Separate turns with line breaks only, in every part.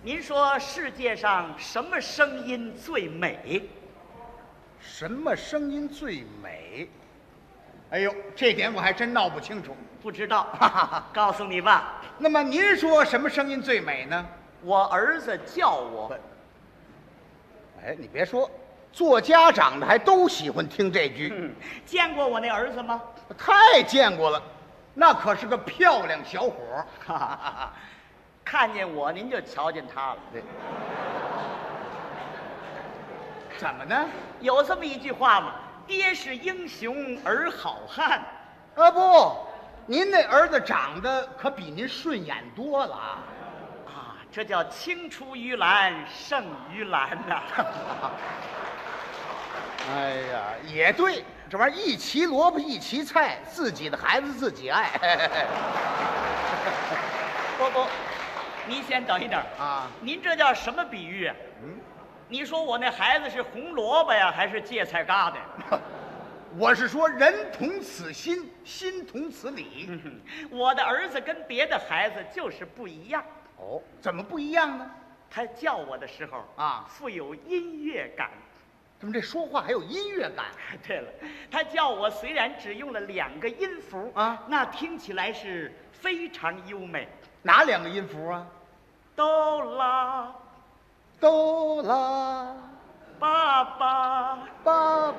您说世界上什么声音最美？
什么声音最美？哎呦，这点我还真闹不清楚。
不知道， 告诉你吧，
那么您说什么声音最美呢？
我儿子叫我，
哎，你别说，做家长的还都喜欢听这句，
嗯，见过我那儿子吗？
太见过了。那可是个漂亮小伙儿。
哈哈哈哈看见我您就瞧见他了。
对怎么呢？
有这么一句话吗？爹是英雄儿好汉，
啊不，您那儿子长得可比您顺眼多了啊。
啊，这叫青出于蓝胜于蓝 呐、
哎呀，也对，这玩意儿一齐萝卜一齐菜，自己的孩子自己爱。
不不，您先等一等
啊
您这叫什么比喻？嗯，你说我那孩子是红萝卜呀，还是芥菜疙瘩呀？
我是说，人同此心，心同此理。
嗯我的儿子跟别的孩子就是不一样，
哦，怎么不一样呢？
他叫我的时候
啊
富有音乐感。
怎么这说话还有音乐感？
对了，他叫我虽然只用了两个音符
啊
那听起来是非常优美。
哪两个音符啊？
哆啦
哆啦
爸爸，
爸爸。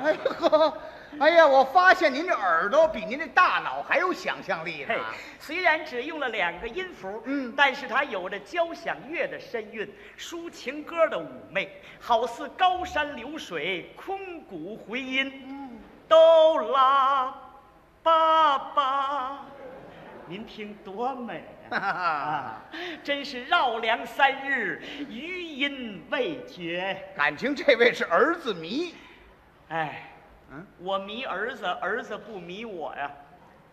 哎呦呵，哎呀，我发现您这耳朵比您这大脑还有想象力呢
嘿。，虽然只用了两个音符，
啊嗯
但是它有着交响乐的深韵，抒情歌的妩媚，好似高山流水，空谷回音。哆啦，爸爸，您听多美啊！
嗯
啊，真是绕梁三日，余音未绝。
感情这位是儿子迷，
哎，
嗯，
我迷儿子，儿子不迷我呀。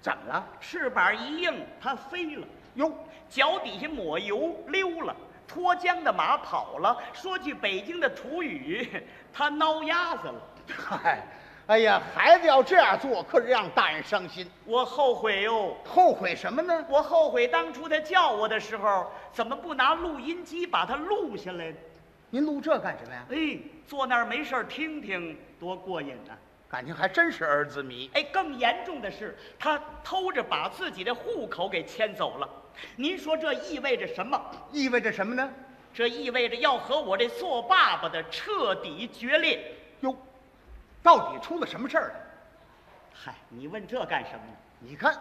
怎么了？
翅膀一硬，它飞了。
哟，
脚底下抹油溜了，脱缰的马跑了。说句北京的土语， 他挠鸭子了。
嗨，哎呀，孩子要这样做，可是让大人伤心。
我后悔哟，
后悔什么呢？
我后悔当初他叫我的时候，怎么不拿录音机把它录下来呢？
您录这干什么呀？
哎，坐那儿没事儿听听，多过瘾呐、
感情还真是儿子迷。
哎，更严重的是，他偷着把自己的户口给迁走了。您说这意味着什么？
意味着什么呢？
这意味着要和我这做爸爸的彻底决裂。
哟，到底出了什么事儿了？
嗨，你问这干什么呢？
你看，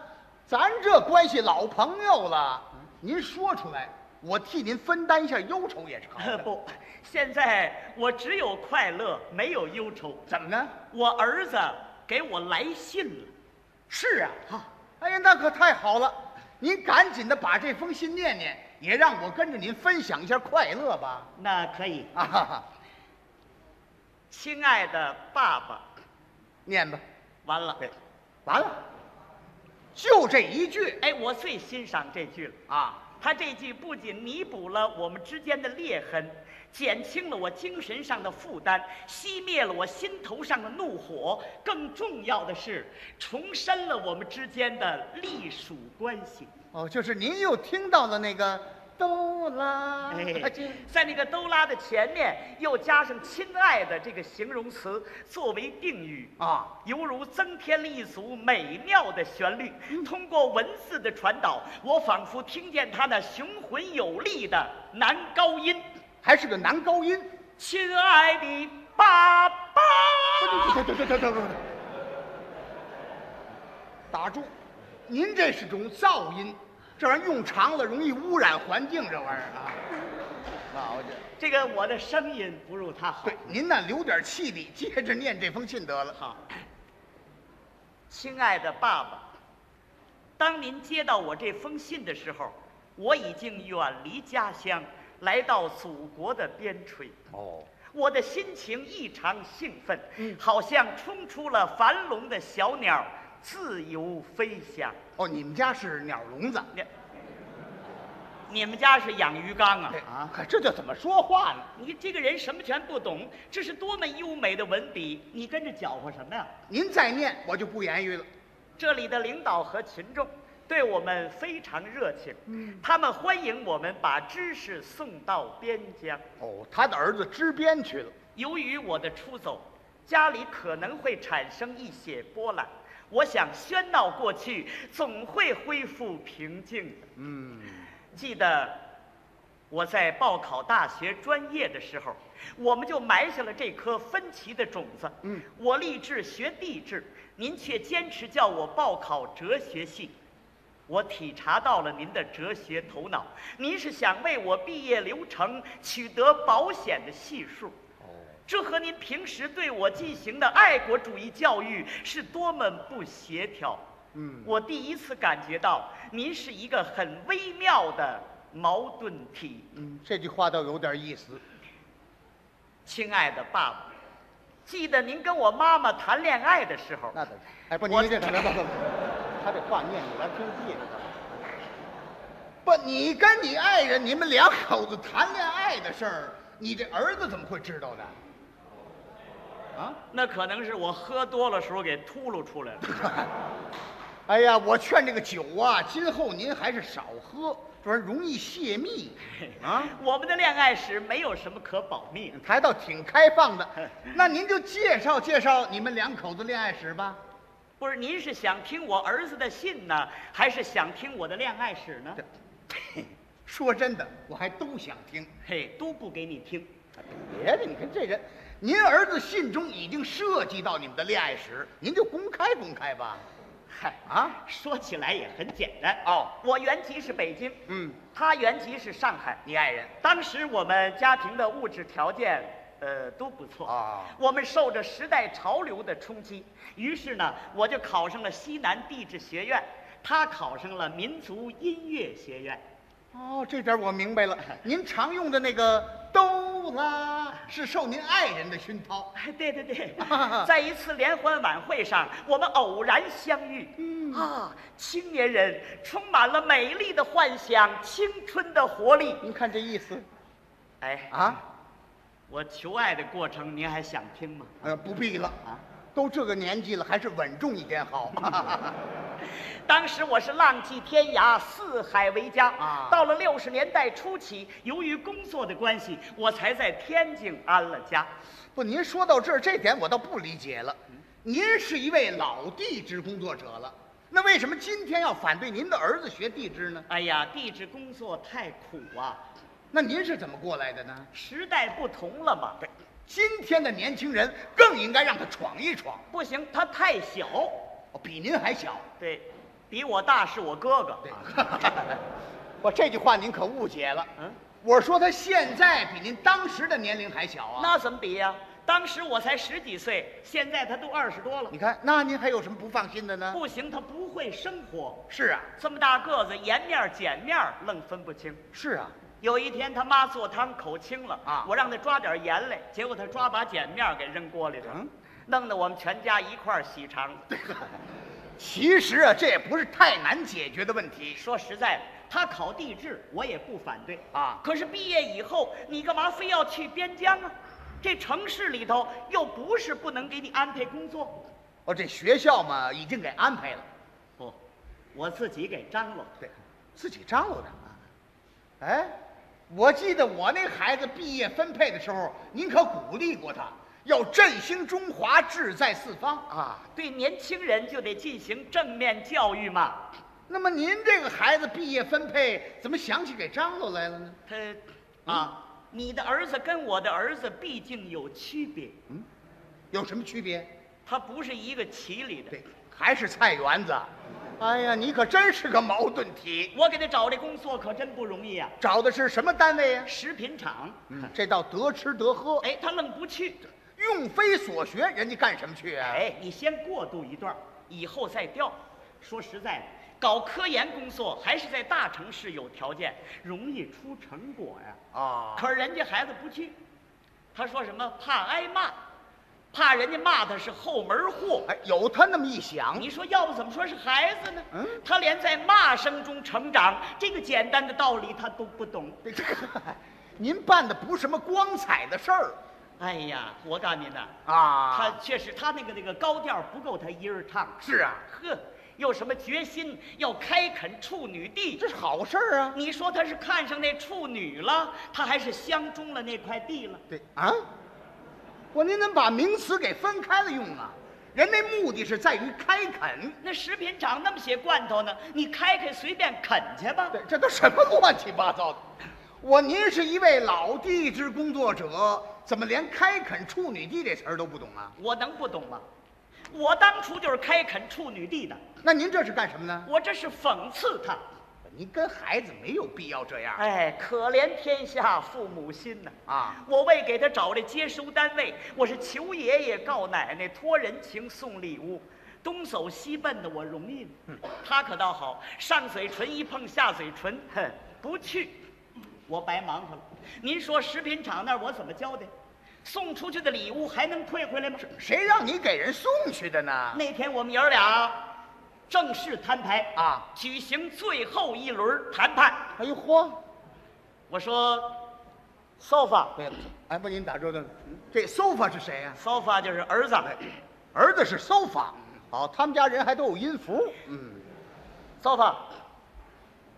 咱这关系老朋友了，您说出来，我替您分担一下忧愁也是好
呃
的。
不，现在我只有快乐，没有忧愁。
怎么呢？
我儿子给我来信了，
是啊，
啊，
哎呀，那可太好了！您赶紧的把这封信念念，也让我跟着您分享一下快乐吧。
那可以。
啊哈哈，
亲爱的爸爸，
念吧。
完了。
对，完了，就这一句
哎，我最欣赏这句了。
啊！
他这句不仅弥补了我们之间的裂痕，减轻了我精神上的负担，熄灭了我心头上的怒火，更重要的是，重申了我们之间的隶属关系。
哦，就是您又听到了那个哆啦，
哎，在那个“都拉”的前面又加上“亲爱的”这个形容词作为定语，
啊，
犹如增添了一组美妙的旋律。通过文字的传导，我仿佛听见他那雄浑有力的男高音
还是个男高音。：“
亲爱的爸爸。”
对对对对对对对。打住！您这是种噪音，这玩意儿用长了容易污染环境，这玩意儿啊。好家伙！
这个我的声音不如他好
对。，您呢留点气力，接着念这封信得了。
好，亲爱的爸爸，当您接到我这封信的时候，我已经远离家乡，来到祖国的边陲。
哦，
我的心情异常兴奋，好像冲出了樊笼的小鸟，自由飞翔。
哦，你们家是鸟笼子
你你们家是养鱼缸啊？
啊？可这叫怎么说话呢？
你这个人什么全不懂，这是多么优美的文笔！你跟着搅和什么呀？
您再念，我就不言语了。
这里的领导和群众对我们非常热情。
嗯
他们欢迎我们把知识送到边疆。
哦，他的儿子支边去了。
由于我的出走，家里可能会产生一些波澜。我想喧闹过去，总会恢复平静的。
嗯，
记得我在报考大学专业的时候，我们就埋下了这颗分歧的种子。
嗯，
我立志学地质，您却坚持叫我报考哲学系。我体察到了您的哲学头脑，您是想为我毕业流程取得保险的系数。
哦，
这和您平时对我进行的爱国主义教育是多么不协调！
嗯
我第一次感觉到您是一个很微妙的矛盾体。
嗯，这句话倒有点意思。
亲爱的爸爸，记得您跟我妈妈谈恋爱的时候，
那得，哎，不，
我
您这等等等等，他这话念你来听别扭。不，你跟你爱人，你们两口子谈恋爱的事儿，你这儿子怎么会知道的？啊？
那可能是我喝多了时候给秃噜出来了。
哎呀，我劝这个酒啊，今后您还是少喝，不然容易泄密。啊，嗯
我们的恋爱史没有什么可保密的。
还倒挺开放的。 那您就介绍介绍你们两口子恋爱史吧。
不是，您是想听我儿子的信呢，还是想听我的恋爱史呢
这？说真的，我还都想听。
嘿，都不给你听。
别的，你看这人，您儿子信中已经涉及到你们的恋爱史，您就公开公开吧。
嗨，
啊，
说起来也很简单
哦
我原籍是北京，
嗯，
他原籍是上海。
你爱人
当时我们家庭的物质条件，呃，都不错
哦
我们受着时代潮流的冲击，于是呢，我就考上了西南地质学院，他考上了民族音乐学院。
哦，这点我明白了。您常用的那个“都啦”是受您爱人的熏陶。
哎对对对，在一次联欢晚会上，我们偶然相遇。嗯啊，青年人充满了美丽的幻想，青春的活力。
您看这意思
哎，
啊？
我求爱的过程您还想听吗？
呃，不必了啊，都这个年纪了，还是稳重一点好。
当时我是浪迹天涯，四海为家
啊
到了六十年代初期，由于工作的关系，我才在天津安了家。
不，您说到这儿，这点我倒不理解了。您是一位老地质工作者了，那为什么今天要反对您的儿子学地质呢？
哎呀，地质工作太苦啊，
那您是怎么过来的呢？
时代不同了嘛。
今天的年轻人更应该让他闯一闯，
不行，他太小，
哦比您还小。
对，比我大是我哥啊哥。
对， 我这句话您可误解了。
嗯，
我说他现在比您当时的年龄还小啊。
那怎么比呀、当时我才十几岁，现在他都二十多了
你。看，那您还有什么不放心的呢？
不行，他不会生活，
是啊，
这么大个子，颜面儿碱面儿愣分不清。
是啊。
有一天，他妈做汤口清了
啊
我让他抓点盐来，结果他抓把碱面儿给扔锅里头，
嗯
弄得我们全家一块儿洗肠。
其实啊，这也不是太难解决的问题。
说实在的，他考地质我也不反对
啊
可是毕业以后，你干嘛非要去边疆啊？这城市里头又不是不能给你安排工作。
哦，这学校嘛，已经给安排了，
不，我自己给张罗。
对，自己张罗的啊。哎，我记得我那孩子毕业分配的时候，您可鼓励过他，要振兴中华，志在四方啊。
对年轻人就得进行正面教育嘛。
那么您这个孩子毕业分配，怎么想起给张罗来了呢？
他啊，你的儿子跟我的儿子毕竟有区别，
有什么区别？
他不是一个旗里的。
对，还是菜园子。哎呀，你可真是个矛盾体，
我给他找这工作可真不容易啊，
找的是什么单位呀、
食品厂。
这倒得吃得喝。
哎，他愣不
啊
去。
用非所学，人家干什么去啊？
哎，你先过渡一段儿，以后再调。说实在的，搞科研工作还是在大城市有条件，容易出成果呀、
啊，
可是人家孩子不去，他说什么怕挨骂，怕人家骂他是后门货。
哎，有他那么一想，
你说要不怎么说是孩子呢？
嗯
他连在骂声中成长这个简单的道理他都不懂。
这个您办的不是什么光彩的事儿
哎呀，我告诉您呐、
啊
他确实他那个那个高调不够他一人唱。
是啊，
呵，有什么决心要开垦处女地
这。是好事儿啊。
你说他是看上那处女了，他还是相中了那块地了？
对啊，我您怎么把名词给分开了用啊？人那目的是在于开垦，
那食品厂那么些罐头呢，你开开随便啃去吧。
对，这都什么乱七八糟的？我您是一位老地质工作者，怎么连开垦处女地这词儿都不懂啊？
我能不懂吗？我当初就是开垦处女地的，
那您这是干什么呢？
我这是讽刺他。
您跟孩子没有必要这样。
哎，可怜天下父母心呐！
啊，
我为给他找这接收单位，我是求爷爷告奶奶，托人情送礼物，东走西奔的，我容易吗？
嗯
他可倒好，上嘴唇一碰下嘴唇，哼，不去，我白忙活了。您说食品厂那儿我怎么交代？送出去的礼物还能退回来吗？
谁让你给人送去的呢？
那天我们爷儿俩正式摊牌
啊
举行最后一轮谈判。
哎呦嚯！
我说，sofa
对了，哎，不，您打住了。这 sofa 是谁呀、
sofa 就是儿子
儿子是 sofa。好，他们家人还都有音符。嗯，
，sofa，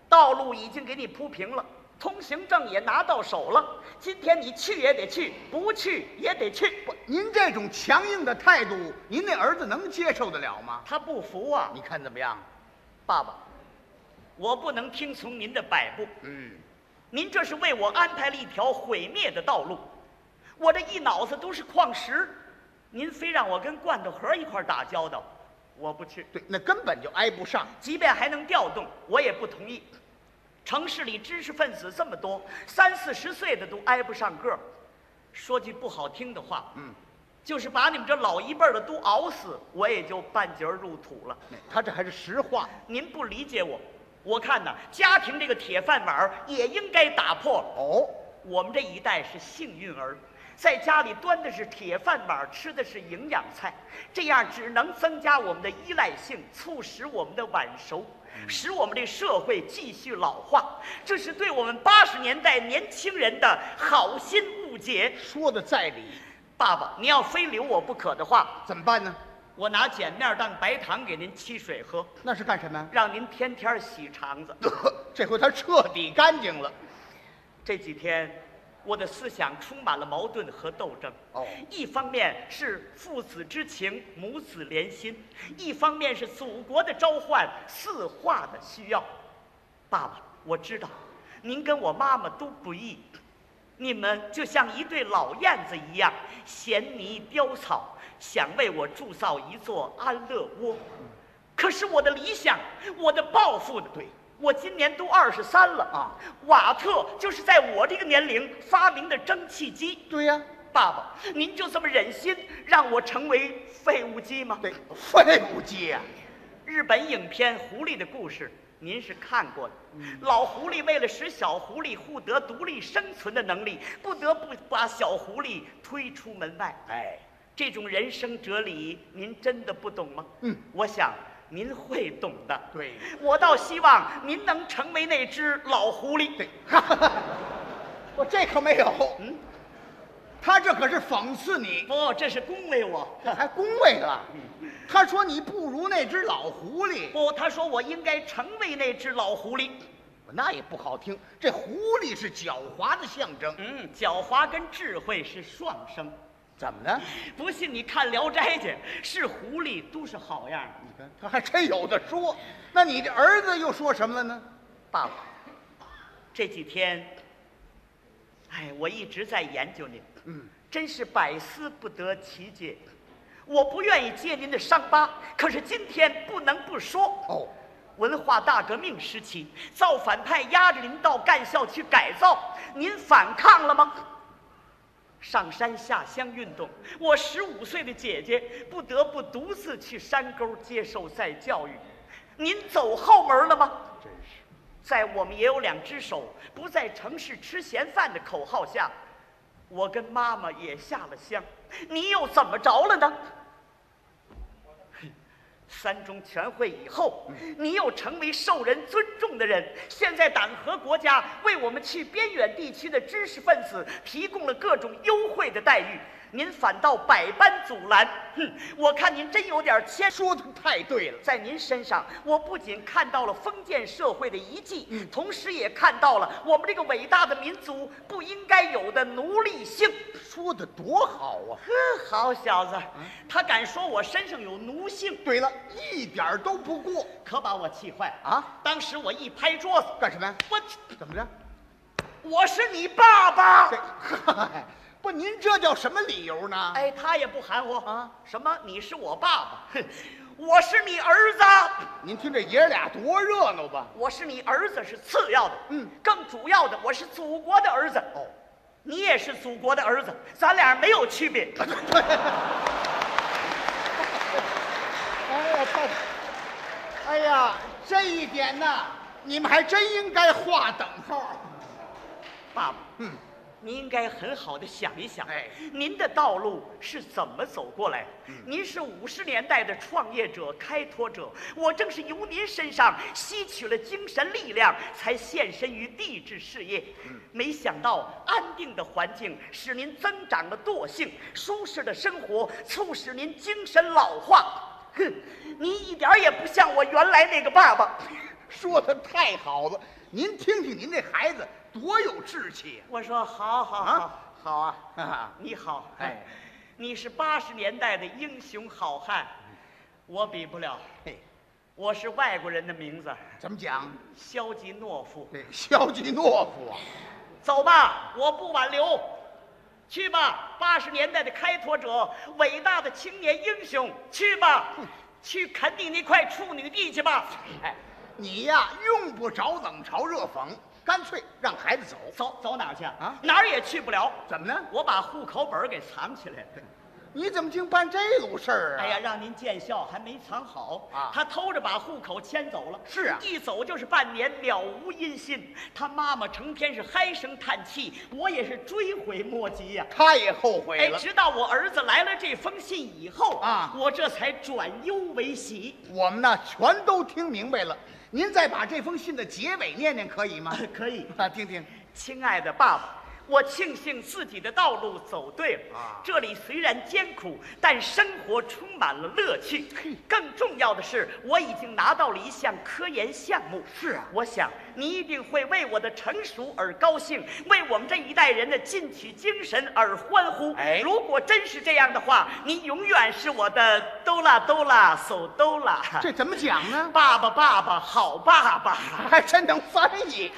道路已经给你铺平了，通行证也拿到手了，今天你去也得去，不去也得去。
不，您这种强硬的态度，您那儿子能接受得了吗？
他不服啊，
你看怎么样？
爸爸，我不能听从您的摆布，
嗯，
您这是为我安排了一条毁灭的道路，我这一脑子都是矿石，您非让我跟罐头盒一块儿打交道，我不去。
对，那根本就挨不上。
即便还能调动，我也不同意。城市里知识分子这么多，三四十岁的都挨不上个儿。说句不好听的话，
嗯，
就是把你们这老一辈儿的都熬死，我也就半截儿入土了。啊
他这还是实话。
您不理解我，我看呐，家庭这个铁饭碗儿也应该打破了。
哦，
我们这一代是幸运儿，在家里端的是铁饭碗，吃的是营养菜，这样只能增加我们的依赖性，促使我们的晚熟，使我们这社会继续老化。这是对我们八十年代年轻人的好心误解。
说的在理，
爸爸，您要非留我不可的话，
怎么办呢？
我拿碱面当白糖给您沏水喝，
那是干什么呀？
让您天天洗肠子。
这回他彻底干净了。
这几天，我的思想充满了矛盾和斗争。
哦
一方面是父子之情、母子连心，一方面是祖国的召唤、四化的需要。爸爸，我知道，您跟我妈妈都不易，你们就像一对老燕子一样衔泥雕草，想为我铸造一座安乐窝。可是我的理想，我的抱负呢？对，我今年都二十三了
啊！
瓦特就是在我这个年龄发明的蒸汽机。
对呀、
爸爸，您就这么忍心让我成为废物机吗？
对，废物机呀、
日本影片《狐狸的故事》，您是看过的。
嗯
老狐狸为了使小狐狸获得独立生存的能力，不得不把小狐狸推出门外。
哎，
这种人生哲理，您真的不懂吗？
嗯，
我想您会懂的。
对
我倒希望您能成为那只老狐狸。
对，哈哈哈我这可没有。
嗯，
他这可是讽刺你，
不，哦这是恭维我。
这还恭维了。他说你不如那只老狐狸，
不，他说我应该成为那只老狐狸。
那也不好听。这狐狸是狡猾的象征，
嗯，狡猾跟智慧是双生。
怎么呢？
不信你看《聊斋》去，是狐狸都是好样的。
你看他还真有的说。那你这儿子又说什么了呢？
爸爸，这几天，哎，我一直在研究您，
嗯，
真是百思不得其解。我不愿意揭您的伤疤，可是今天不能不说。
哦，
文化大革命时期，造反派压着您到干校去改造，您反抗了吗？上山下乡运动，我十五岁的姐姐不得不独自去山沟接受再教育，您走后门了吗？
真是。
在我们也有两只手，不在城市吃闲饭的口号下，我跟妈妈也下了乡。你又怎么着了呢？三中全会以后，你又成为受人尊重的人。现在党和国家为我们去边远地区的知识分子提供了各种优惠的待遇。您反倒百般阻拦。哼，我看您真有点谦。
说的太对了，
在您身上，我不仅看到了封建社会的遗迹，同时也看到了我们这个伟大的民族不应该有的奴隶性。
说的多好啊！
呵，好小子，他敢说我身上有奴性，
对了，一点儿都不过
可把我气坏了
啊！
当时我一拍桌子，
干什么呀？
我
怎么着？
我是你爸爸
这。 嗨，不，您这叫什么理由呢？
哎，他也不含糊啊，什么你是我爸爸，哼，我是你儿子，
您听这爷儿俩多热闹吧？
我是你儿子是次要的，
嗯，
更主要的我是祖国的儿子，
哦，
你也是祖国的儿子，咱俩没有区别。
哎呀，太，哎呀，这一点呐，你们还真应该画等号。
爸爸，
嗯，
您应该很好的想一想，
哎
您的道路是怎么走过来的？您是五十年代的创业者、开拓者，我正是由您身上吸取了精神力量，才献身于地质事业。没想到安定的环境使您增长了惰性，舒适的生活促使您精神老化。哼，您一点儿也不像我原来那个爸爸。
说的太好了，您听听您这孩子多有志气
我说好好好，
啊
好啊。
啊！啊
你好，
哎
哎， 你是八十年代的英雄好汉，我比不了。
嘿，
我是外国人的名字，
怎么讲？
肖吉诺夫。
这肖季诺夫啊，
走吧，我不挽留。去吧，八十年代的开拓者，伟大的青年英雄，去吧，去啃你那块处女地去吧。
哎，你呀，用不着冷嘲热讽，干脆让孩子走。
走走哪儿去
啊
哪儿也去不了。
怎么呢？
我把户口本儿给藏起来了。
你怎么净办这路事儿啊？
哎呀，，让您见笑，还没藏好
啊
他偷着把户口迁走了。
是啊
一走就是半年，了无音信。他妈妈成天是唉声叹气，我也是追悔莫及呀、
他也后悔
哎，
了。
直到我儿子来了这封信以后
啊
我这才转忧为喜。
我们呢，全都听明白了。您再把这封信的结尾念念 可以吗？
可以，
啊，听听。
亲爱的爸爸，我庆幸自己的道路走对了。
啊
这里虽然艰苦，但生活充满了乐趣。更重要的是，我已经拿到了一项科研项目。
是啊
我想你一定会为我的成熟而高兴，为我们这一代人的进取精神而欢呼。
哎
如果真是这样的话，你永远是我的哆啦哆啦手哆啦。
这怎么讲呢？
爸爸，爸爸，好爸爸。
还真能翻译。